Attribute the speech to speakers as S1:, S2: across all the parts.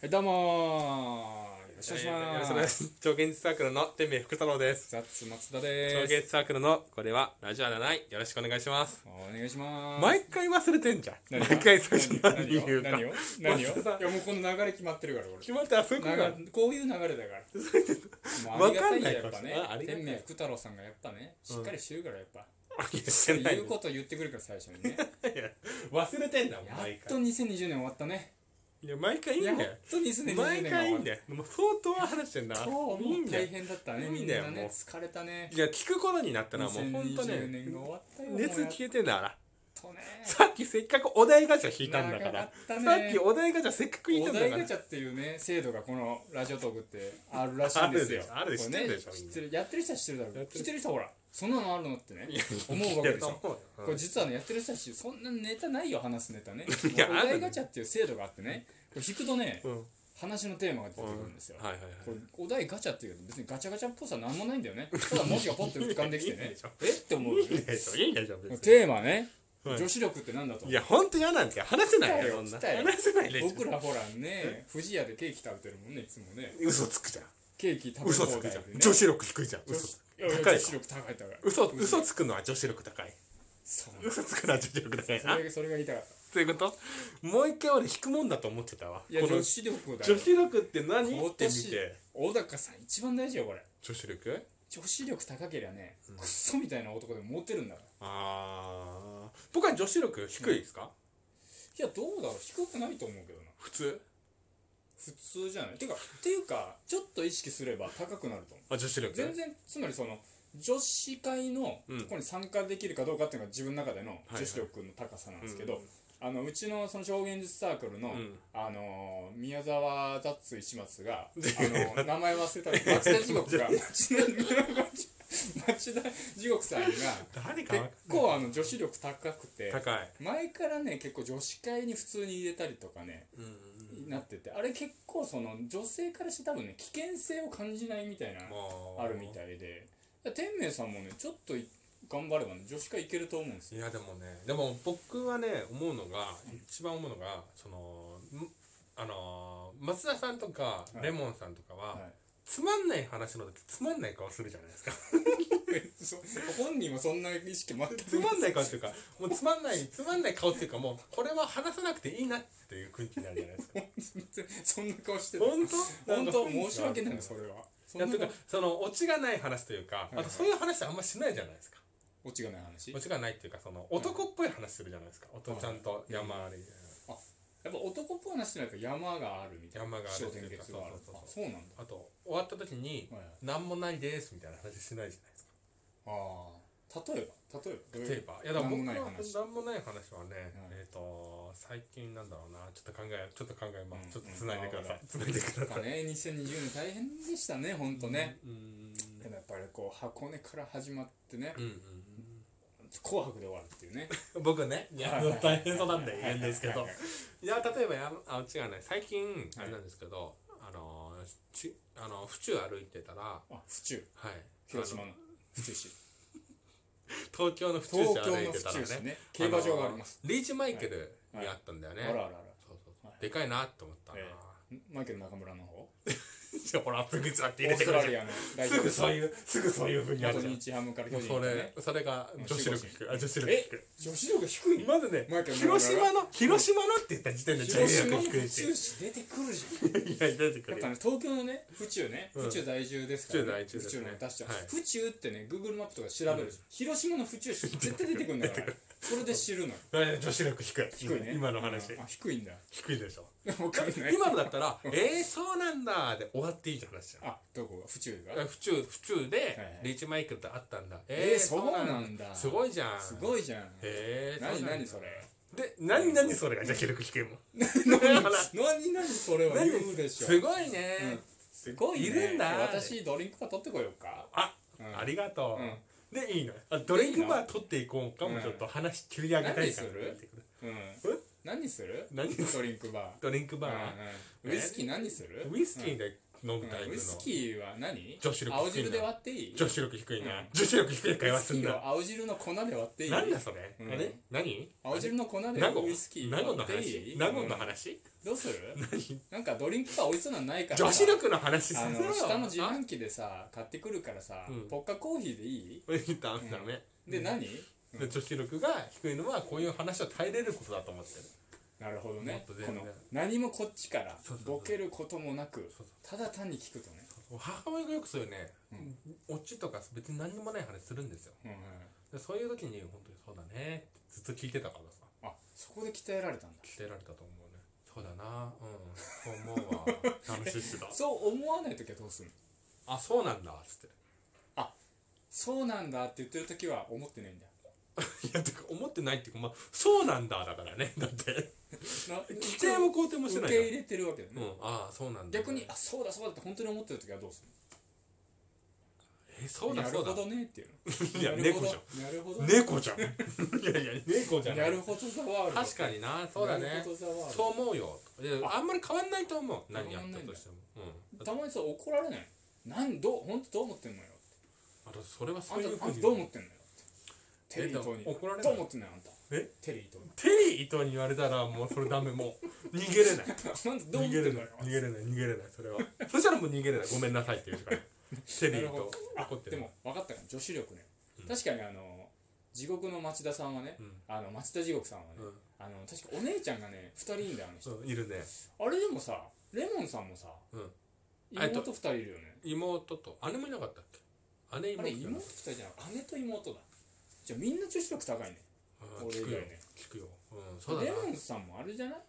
S1: はいどうもーよろしくお願いします。
S2: す。超現実サークルの天命福太郎です。
S1: ザッツ松田
S2: 超
S1: で
S2: 現
S1: す。
S2: 実サークルのこれはラジオじゃない。よろしくお願いします。
S1: お願いします。
S2: 毎回忘れてんじゃん。
S1: 何が
S2: 毎回最初に何
S1: 何を
S2: 言うか
S1: 何。を何を
S2: 松田さん
S1: いやもうこの流れ決まってるから
S2: 決まったらそういうこと
S1: 俺流
S2: だ。
S1: れこういう流れだか らもうありがたいよやっぱね
S2: わかんないかもしれないあありが
S1: 天
S2: たい
S1: 命福太郎さんがやっぱねしっかりしてるからやっぱ、
S2: いやしてない
S1: 言うこと言ってくるから最初にね
S2: 忘れてんだもん、
S1: や
S2: 毎
S1: っと
S2: 回。
S1: 2020年終わったね
S2: いや、毎回いい
S1: や
S2: ん
S1: っ
S2: だよ。
S1: と2020年が
S2: 毎
S1: 終わ
S2: 回いいん
S1: った
S2: だよ。もう相当話してんだ。
S1: そう
S2: いい
S1: も
S2: ん
S1: う
S2: だよ
S1: 大。変だったね
S2: いい
S1: み
S2: ん
S1: ん
S2: だ
S1: な
S2: よもう
S1: ね疲れたね
S2: いや、聞く頃になったらもう本当
S1: 2020
S2: ね、
S1: 年が終わったよ
S2: 熱
S1: もうやっ
S2: 消えてんだから。
S1: とね
S2: さっきせっかくお題ガチャ引いたんだから。
S1: 長
S2: さ
S1: かったね
S2: っきお題ガチャせっかく引いた
S1: お
S2: んだ
S1: 題
S2: か
S1: ガ
S2: ら
S1: チ。ャっていうね制度がこのラジオトークってあるらしいんですよ
S2: あるでしょある
S1: これ
S2: で
S1: ね
S2: 知ってるでしょみん
S1: 知
S2: な
S1: ってるやってる人は知ってるだろうけ
S2: や
S1: ど
S2: ってる
S1: 聞いてる人はほらそんなのあるのってね思うわ
S2: い
S1: け
S2: や
S1: でしょ
S2: そう
S1: これ実はねやってる人たちそんなネタないよ話すネタね
S2: いや
S1: お
S2: ある
S1: 題
S2: ね
S1: ガチャっていう制度があってねこれ引くとね
S2: うんうん
S1: 話のテーマが出てくるんですよ
S2: はいはい
S1: これお題ガチャっていうけど別にガチャガチャっぽさなんもないんだ よねただ文字がポッと浮かんできて
S2: いい
S1: ね
S2: でしょ
S1: えって思う
S2: いいんでしょいいんでしょ別に
S1: テーマね
S2: はい
S1: 女子力ってなんだと
S2: いやほんと嫌なんですよ話せないよそんな
S1: 来たよ
S2: 話せないでしょ
S1: 僕らほらね不二家でケーキ食べてるもんねいつもね
S2: 嘘つくじゃん
S1: ケーキ食べ
S2: 嘘
S1: 放
S2: つく
S1: 題
S2: じ
S1: で
S2: ゃん
S1: ね
S2: 女子力低いじゃん嘘
S1: いやいや
S2: 高い
S1: 女
S2: か
S1: 子力高い高い
S2: 嘘嘘つくのは女子力高い
S1: そう
S2: 嘘つくのは女子力高い
S1: そ
S2: な
S1: れがそれが言いたかった
S2: ということもう一回俺引くもんだと思ってたわ
S1: いや
S2: この
S1: 女子力だよ
S2: 女子力って何
S1: 今
S2: って見て
S1: 年小高さん一番大事よこれ
S2: 女子力
S1: 女子力高けりゃねクソみたいな男でもモテるんだから
S2: あー僕は女子力低いですか
S1: いやどうだろう低くないと思うけどな
S2: 普通
S1: 普通じゃないてかっていうかちょっと意識すれば高くなると思う
S2: あ女子力
S1: 全然つまりその女子会の
S2: うん
S1: とこに参加できるかどうかっていうのが自分の中での
S2: いはい
S1: 女子力の高さなんですけ
S2: う
S1: ど
S2: ん
S1: あのうちのその超現実サークルの、
S2: うん
S1: あのー宮沢ザッツ石松 が、あのー名前忘れたんです町田地獄が町田町田地獄さんが
S2: 誰かわ
S1: 結
S2: かんない
S1: 構あの女子力高くて
S2: 高い
S1: 前からね結構女子会に普通に入れたりとかね
S2: うんうんうん
S1: なっててあれ結構その女性からして多分ね危険性を感じないみたいな
S2: ま
S1: あるみたいでだから天明さんもねちょっとい頑張ればね女子会いけると思うんですよ
S2: いやでもねでも僕はね思うのが一番思うのがそのんあのー松田さんとか
S1: い
S2: レモンさんとかは、
S1: はい
S2: つまんない話の時つまんない顔するじゃないですか
S1: そ本人はそんな意識全く
S2: つまんない顔っていうかもうつまんないつまんない顔っていうかもうこれは話さなくていいなっていう空気になるじゃないですか
S1: そんな顔してた
S2: 本当
S1: 本当申し訳ないのそれはそ
S2: い
S1: んな
S2: やというかそのオチがない話というか
S1: いは
S2: あ
S1: い
S2: とそういう話あんましないじゃないですか
S1: オチがない話や
S2: オ
S1: っ
S2: チがないっていうかその男っぽい話するじゃないですかお父ちゃんと山あり
S1: ぱ男っぽい話ってないから山があるみたいな
S2: 山がある
S1: 気象
S2: っていう
S1: 転
S2: か
S1: 結がある
S2: そうそうそう
S1: あそうなんだ
S2: あと終わった時に
S1: はいはい
S2: 「なんもないです」みたいな話しないじゃないですか
S1: ああ例えば例えば
S2: 例えばいやだか
S1: な
S2: ら
S1: ん
S2: 僕
S1: も
S2: は
S1: ない話
S2: なんもない話はねえっと最近なんだろうなちょっと考えちょっと考えま
S1: うん
S2: すちょっとつないでください
S1: うん
S2: つないでくだ
S1: なん
S2: さ
S1: か
S2: い
S1: ね2020年大変でしたね本当ね
S2: うんうん
S1: でもやっぱりこう箱根から始まってね
S2: うんうん
S1: 紅白で終わるっていうね
S2: うん僕ねいや
S1: はいはいはい
S2: 大変そうなんで言うんですけ
S1: はい
S2: ど
S1: はいはい
S2: いや例えばやあ違うね最近
S1: はい
S2: あれなんですけどあのちあの府中歩いてたら
S1: あ府中
S2: はい
S1: 広島
S2: あの
S1: の府中市
S2: 東京の府中市
S1: 東京
S2: 歩い
S1: の
S2: て
S1: 府
S2: たら
S1: 中市
S2: ね
S1: ね競馬場があります
S2: あのリーチマイケル
S1: はい
S2: にあったんだよ
S1: あ
S2: ね
S1: らあらあら
S2: そうそうそう
S1: はい
S2: でかいなって思ったな、
S1: えマイケル中村の方オ
S2: いやほらすぐずわって入
S1: ー
S2: れ
S1: ス
S2: て
S1: ト
S2: くる
S1: ラリアの代
S2: す
S1: 表
S2: ぐそういうすぐそういうふうにあるじゃん
S1: 日ハムから
S2: も
S1: 巨
S2: う
S1: 人
S2: そ
S1: まで
S2: れ
S1: ね
S2: それが女子力低いあ女子力
S1: え
S2: 低
S1: 女子力低い
S2: いまずね
S1: マイケル
S2: 広島の広島のって言った時点で女
S1: 広
S2: 子
S1: 島の
S2: 力低
S1: 府
S2: い
S1: 中
S2: し
S1: 市出てくるじゃん
S2: いやいや出てく
S1: やっ
S2: る
S1: ぱ
S2: よ
S1: ね東京のね府中ね
S2: うん
S1: 府中在住ですからね
S2: 府中在住で
S1: 府
S2: すね
S1: 中の出しちゃう
S2: はい
S1: 府中ってね Google マップとか調べるじゃん広島の府中市絶対出てくるんだ からそれで知るの
S2: いや女子力低い
S1: 低いね
S2: 今の話
S1: あ低い んだ
S2: 低いでしょ
S1: わかんない
S2: 今のだったら「えー、そうなんだ」で終わっていいって話じゃ ん
S1: あどこが府中が
S2: え府中府中
S1: はいはい
S2: でリーチマイケルと会ったんだ
S1: えーそうなんだ
S2: すごいじゃん
S1: す
S2: い
S1: ごいじゃん
S2: えー、
S1: 何
S2: うなんだ
S1: 何それ
S2: で何何それがじゃあ記録聞 けんの
S1: 何何それは言うでしょ
S2: すごいね、
S1: うんすごいね
S2: いるんだ
S1: 私ドリンクバー取ってこようか
S2: あ、
S1: うん
S2: ありがとう、
S1: うん
S2: でいいのあドリンク
S1: い
S2: バ
S1: い
S2: ー取っていこうかも、
S1: うん
S2: ちょっと話切り上げたいか
S1: 何
S2: ら
S1: すうん何する
S2: 何する
S1: ドリンクバー
S2: ドリンクバー、
S1: うんうんウイスキー何する
S2: ウイスキーで飲むタイ
S1: うん
S2: プ
S1: ウイスキ
S2: の
S1: ーは何
S2: 女子力低いな
S1: 青汁で割っていい
S2: 女子力低いな
S1: うん
S2: 女子力低い会話
S1: ウイス
S2: す
S1: キ
S2: ん
S1: ー
S2: な
S1: を青汁の粉で割っていい
S2: なんだそれ
S1: うん
S2: あれ何
S1: 青汁の粉で
S2: ナゴ
S1: ウイスキー
S2: ナゴの
S1: 割ってい
S2: 話
S1: い
S2: ナゴ
S1: う
S2: の
S1: ん
S2: 話
S1: どうするなんかドリンクか美味しそうなのないからさ
S2: 女子力の話
S1: あ
S2: させろ
S1: の
S2: よ
S1: 下 の自販機でさ買ってくるからさ、
S2: うん
S1: ポッカコーヒーでいい
S2: あ言ったんだね
S1: で、何うん
S2: で女子力が低いのはこういう話を耐えれることだと思ってる
S1: なるほど
S2: もっ
S1: ね
S2: と全
S1: こ
S2: 然
S1: の何もこっちから
S2: そうそうそう
S1: ボケることもなく
S2: そう
S1: ただ単に聞くとね
S2: 母親がよくそういうね
S1: うん
S2: オチとか別に何にもない話するんですよ
S1: うんうん
S2: でそういう時に本当にそうだねってずっと聞いてたからさ
S1: あそこで鍛えられたんだ
S2: 鍛えられたと思うねそうだなうんそう思う わ話してた
S1: そう思わない時はどうするの
S2: あそうなんだっつって
S1: そうなんだって言ってる時は思ってないんだ
S2: いやてか思ってないっていうかまあそうなんだだからねだって
S1: な
S2: 否定も肯定もし
S1: 受
S2: てない
S1: け
S2: じ
S1: 入れてるわけだ
S2: ゃんう
S1: ね、
S2: んああそうなんだ
S1: 逆にあそうだそうだって本当に思ってる時はどうする
S2: えそ
S1: の
S2: うだ
S1: なる
S2: そうだ
S1: ほどねっていうの
S2: いや
S1: なるほど
S2: 猫じ
S1: なるほど
S2: 猫じゃんいやいや猫じゃん
S1: なるほどザワールド
S2: 確かになそう
S1: な
S2: だ
S1: る
S2: ね
S1: ほどザワールド
S2: そう思うよいやあんまり変わんないと思う何や
S1: 変
S2: っ
S1: わんない
S2: た
S1: んだ
S2: としてもうんだ
S1: たまにさ怒られないなんどう本当どう思ってんのよ
S2: あとそれは
S1: あ
S2: そうんい
S1: た
S2: うふ
S1: あ
S2: うんに
S1: たどう思ってんのよテリー
S2: えでも
S1: とに
S2: 怒られ
S1: ど
S2: ない
S1: う思ってんのよあんた
S2: え
S1: テリーとに
S2: テリーとに言われたらもうそれダメもう逃げれない
S1: あんたどう思
S2: 逃
S1: って
S2: げ
S1: ん
S2: れ
S1: の
S2: な
S1: よ
S2: い逃げれない逃げれないそれはそしたらもう逃げれないごめんなさいって言うしかないテ リ
S1: なる
S2: ー
S1: ほど
S2: と怒って
S1: で
S2: る
S1: も分かったから女子力ね
S2: うん
S1: 確かにあの地獄の町田さんはね
S2: うん
S1: あの町田地獄さんはねあの確かお姉ちゃんがね2人いんだよあの人
S2: うんいるね
S1: あれでもさレモンさんもさ
S2: うんあえっと
S1: 妹2人いるよね
S2: 妹と姉もいなかったっけ姉
S1: あ
S2: 妹
S1: れ
S2: いな
S1: 妹
S2: か
S1: 2
S2: っ
S1: 人じゃない姉と妹だじゃあみんな女子力高いね
S2: たうん
S1: 俺以
S2: 聞
S1: 外
S2: くよ
S1: ね
S2: 聞くようんそうだ
S1: レ
S2: な
S1: モンさんもあれじゃない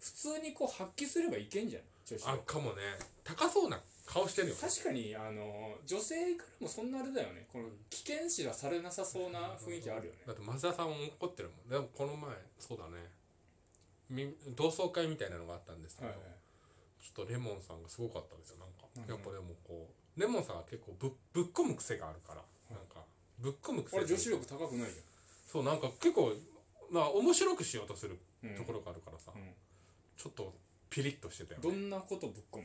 S1: 普通にこう発揮すればいけんじゃん女子
S2: あ
S1: 力
S2: かもね高そうな顔してるよね
S1: 確かにあの女性からもそんなあれだよねこの危険視はされなさそうな雰囲気あるよね
S2: だって増田さん怒ってるもんでもこの前そうだねみ同窓会みたいなのがあったんですけ
S1: は
S2: ど、
S1: いはい
S2: ちょっとレモンさんがすごかったですよなんか、
S1: うんうん
S2: やっぱでもこうレモンさんは結構ぶっぶっ込む癖があるから、なんかぶっ込む癖
S1: あれ女子力高くないじ
S2: そうなんか結構まあ面白くしようとする
S1: ゃん、うん
S2: ところがあるからさ、
S1: うん
S2: ちょっとピリッとしてたよ
S1: ど
S2: ね
S1: んなことぶっ込む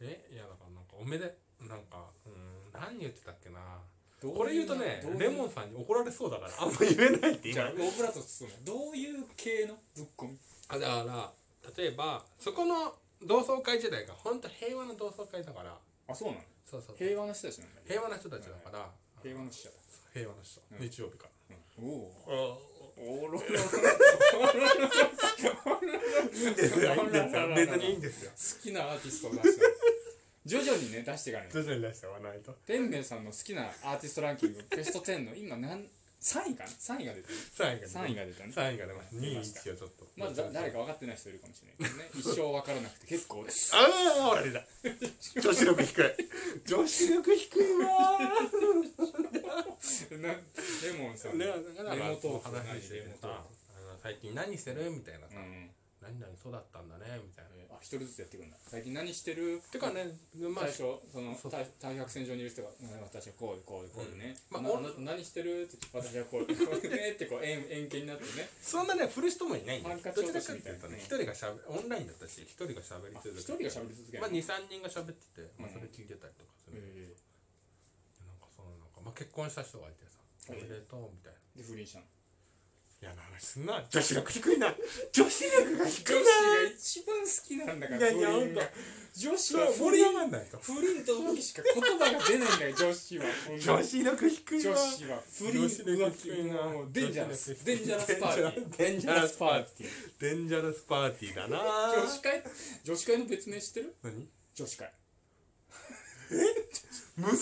S2: えいやだからなんかおめでなんかうーん何言ってたっけな
S1: ど
S2: これ言うとね
S1: どい
S2: レモンさんに怒られそうだからあんま言えないって
S1: じゃあ
S2: 今
S1: オブラート包むどういう系のぶっ込み
S2: あだから例えばそこの同窓会時代が本当平和な同窓会だから
S1: あそうなの
S2: そうそうそう
S1: 平和な人たちなんだ
S2: 平和な人たちだから
S1: 平和の記者だ、
S2: 平和な人、
S1: うん
S2: 日曜日から
S1: うん、おおおろろ
S2: いいんですよいいんです
S1: あらら
S2: よ
S1: ら
S2: 別にいいんですよ
S1: 好きなアーティストを出してる徐々にね出していかないと
S2: 徐々に出してはないと
S1: 天明さんの好きなアーティストランキングベスト10の今何3位かな3位が出てる
S2: 3位が
S1: 3位が出たね
S2: 3位が出ました
S1: 出
S2: 2
S1: ま
S2: 位
S1: した
S2: 1位をちょっと
S1: まだ誰か分かってない人いるかもしれないけどね一生分からなくて結構です
S2: ああほら出た女子力低い女子力低いわ
S1: なレモンさんの
S2: ーね
S1: レ
S2: だから
S1: モトーク
S2: 話して
S1: レモ
S2: てさ
S1: トー
S2: あの最近何してるみたいなさ、
S1: クうん
S2: 何々そうだったんだねみたいな
S1: あ一人ずつやっていくんだ最近何してる
S2: てかねまあ
S1: 最初その
S2: そう
S1: 対対百戦場にいる人がうん「私はこうでこうでこうでね」
S2: うん
S1: なあ
S2: まあ
S1: なた何してる?」って「私はこうでこうでね」ってこう円円形になってね
S2: そんなね、振る人もいないんだ
S1: ハ
S2: よ
S1: ンカ。チ
S2: ど
S1: 落
S2: ち
S1: と
S2: ら
S1: し
S2: かっ
S1: み
S2: て
S1: たい
S2: いう
S1: なね
S2: とね、一人がしゃべ、オンラインだったし、一人がしゃべり
S1: あ
S2: 続
S1: 一
S2: け
S1: 人
S2: て、
S1: が喋り続ける
S2: まあ、
S1: の
S2: 2、3人がしゃべってて、まあ、
S1: うん
S2: それ聞いてたりとかする。
S1: え
S2: なんか、その、なんか、まあ、結婚した人がいてさ、お
S1: うん
S2: めでとう、みたいな。
S1: えで不倫したの
S2: 嫌な話すんな。女子力低いな。女子力が
S1: 女子が一番好きなんだから
S2: いやいや
S1: 不倫が
S2: ほん
S1: 女子
S2: 低。
S1: はい不
S2: 盛り上
S1: 倫
S2: がんないと。
S1: 不倫と時しか言葉が出ないんだよ女子は
S2: 女子力低い
S1: 女
S2: わ。
S1: 子は不倫
S2: 女子の
S1: 浮
S2: 気
S1: 気
S2: 分が
S1: もうデンジャラスデン
S2: デン
S1: ジ
S2: ジ
S1: ャ
S2: ャ
S1: ラ
S2: ラ
S1: ス
S2: ス
S1: パーティー
S2: デンジャラスパー
S1: ティー
S2: デンジャラスパーティーだな。
S1: 女子会女子会の別名知ってる
S2: 何
S1: 女子会
S2: 難し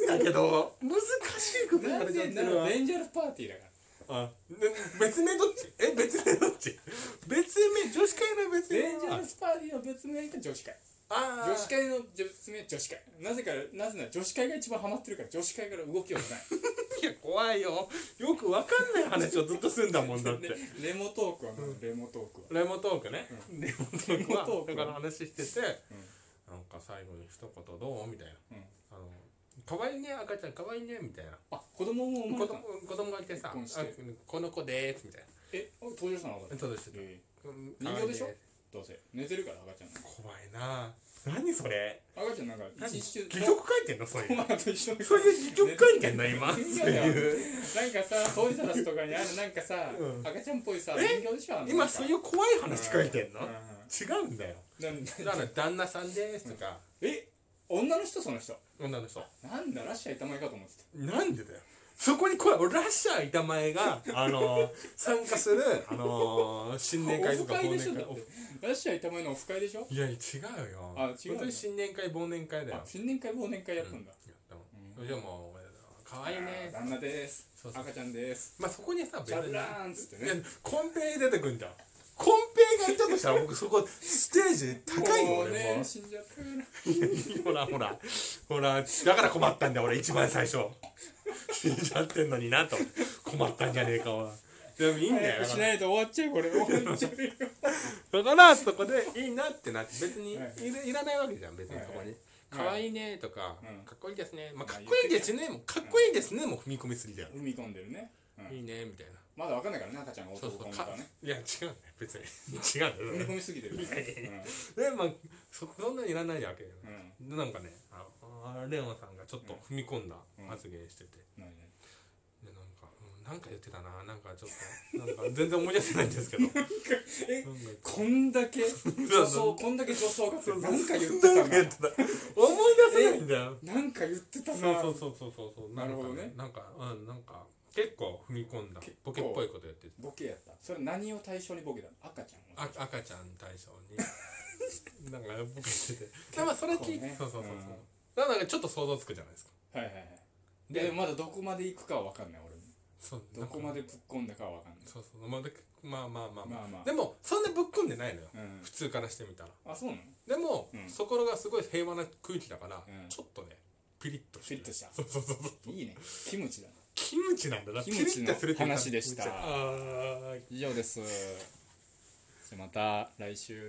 S2: いんだけど。難しいこと言わ
S1: な
S2: れ
S1: ん
S2: ちゃっ
S1: で
S2: て
S1: な
S2: るわ
S1: デンジャラスパーティーだから
S2: あ、で別名どっち え、別名どっち別名、女子会の別名は
S1: デンジャラスパーティーの別名が女子会
S2: あー
S1: 女子会の別名女子会なぜかなぜなら女子会が一番ハマってるから女子会から動きをし ない
S2: いや怖いよ。よくわかんない話をずっとすんだもんだって
S1: で。レモトークはもうレモトークは
S2: レモトークね。レモトークは
S1: レモトー、ク
S2: だから話してて、なんか最後に一言どうみたいな。
S1: うん
S2: あの、可愛いね、赤ちゃん可愛いね、みたいな。
S1: あ子供も生まれ
S2: 子
S1: た
S2: 供
S1: の
S2: 子供がいてさ、
S1: 結
S2: あ
S1: 婚して
S2: この子でーす、みたい
S1: え登場したの分かっ
S2: な。そうです
S1: た、え
S2: うん
S1: 人形でしょ
S2: 可愛いね
S1: どうせ寝てるから赤ちゃん
S2: 怖いな何それ
S1: 赤ちゃんなんか一周
S2: 戯曲書いてんのそう
S1: ト
S2: いう
S1: マトと一緒の
S2: そういう戯曲書いてんの今そう
S1: いやいや
S2: いう
S1: なんかさトイザらスとかにあるなんかさ、
S2: うん
S1: 赤ちゃんっぽいさ
S2: え
S1: 人形でしょあの
S2: 今そういう怖い話書いてんの
S1: うん
S2: 違うんだよ
S1: なん
S2: だから旦那さんですとか
S1: え女の人その人
S2: 女の人
S1: なんだラッシャーいたまえかと思ってた
S2: なんでだよそこに来い俺ラッシャー板 前があの参加するあの新年会とか
S1: オフ会でしょ
S2: 会
S1: だってラッシャーいたまえのオフ会でしょ
S2: いや違うよ
S1: あ違うの
S2: 本当に新年会忘年会だよ
S1: あ新年会忘年会やったんだ、
S2: やったのいやもうお前だ可愛いね
S1: 旦那です
S2: そうそう
S1: 赤ちゃんです
S2: まあそこにさ
S1: チャ
S2: 別に
S1: ブ
S2: いや
S1: ラーンっつってね
S2: コンペイ出てくんじゃんコンペイがいたとしたら僕そこステージ高いよ
S1: もう
S2: 俺
S1: ね
S2: も
S1: 死んじゃったから
S2: ほらほらほらだから困ったんだよ俺一番最初死んじゃってんのになと困ったんじゃねえかはでもいいんだ
S1: 早
S2: よ
S1: くしないと終わっちゃうこれ 終わっちゃうよ
S2: だからそこでいいなってなって別にい
S1: はい
S2: らいらないわけじゃん別にそこ
S1: はいは
S2: に可愛いねとか
S1: うん
S2: かっこいいですねまあ
S1: まあ
S2: かっこいいですねもうかっこいいですねもう踏み込みすぎだよ
S1: 踏み込んでるね、うん
S2: いいねみたいな
S1: まだわかんないからね赤ちゃんが
S2: そう
S1: 男
S2: そ
S1: か
S2: う
S1: 女
S2: か
S1: かね
S2: いや違うんだよ別に違うん
S1: 踏
S2: だ
S1: み
S2: よ
S1: 込みすぎてるからね
S2: でまあそそんなにいらないわけよ
S1: うん、うん、
S2: でなんかねああレオンさんがちょっと踏み込んだ
S1: うん
S2: 発言してて
S1: 何々
S2: でなんか、うん、なんか言ってたななんかちょっとなんか全然思い出せないんで すけどなんか
S1: えこんだ け女装こんだけ女装がってなんか言って
S2: なんか
S1: た
S2: 言っ
S1: な
S2: てた思い出せないんだよ
S1: なんか言ってた
S2: そう
S1: な
S2: そうそうそうそうそう
S1: なるほどね
S2: なんかうんなんか結構踏み込んだ
S1: 結構
S2: ボケっぽいことやってて
S1: ボケやったそれ何を対象にボケたの赤ちゃん
S2: あ
S1: を
S2: 赤ちゃん対象 になんかボケしててでまあそれ聞いて、
S1: 結構ね
S2: そうそうそうそう
S1: うん
S2: だからなんかちょっと想像つくじゃないですか
S1: はいはいはいでまだどこまで行くかは分かんない俺も
S2: そう
S1: どこまで
S2: なんか
S1: ぶっ込んだかは分かんない
S2: そうそうまあでまあまあまあまあ、
S1: まあまあ
S2: でもそんなぶっ込んでないのよ、
S1: うん
S2: 普通からしてみたら
S1: あそうなの
S2: でも、
S1: うん
S2: そこがすごい平和な空気だから、
S1: うん
S2: ちょっとねピリッと
S1: ピリッ
S2: る
S1: とした
S2: そうそうそうそう
S1: いいねキムチだな
S2: キムチなんだな
S1: キムチの
S2: ピリッとするっていうか
S1: 話でした
S2: あー
S1: 以上ですじゃあまた来週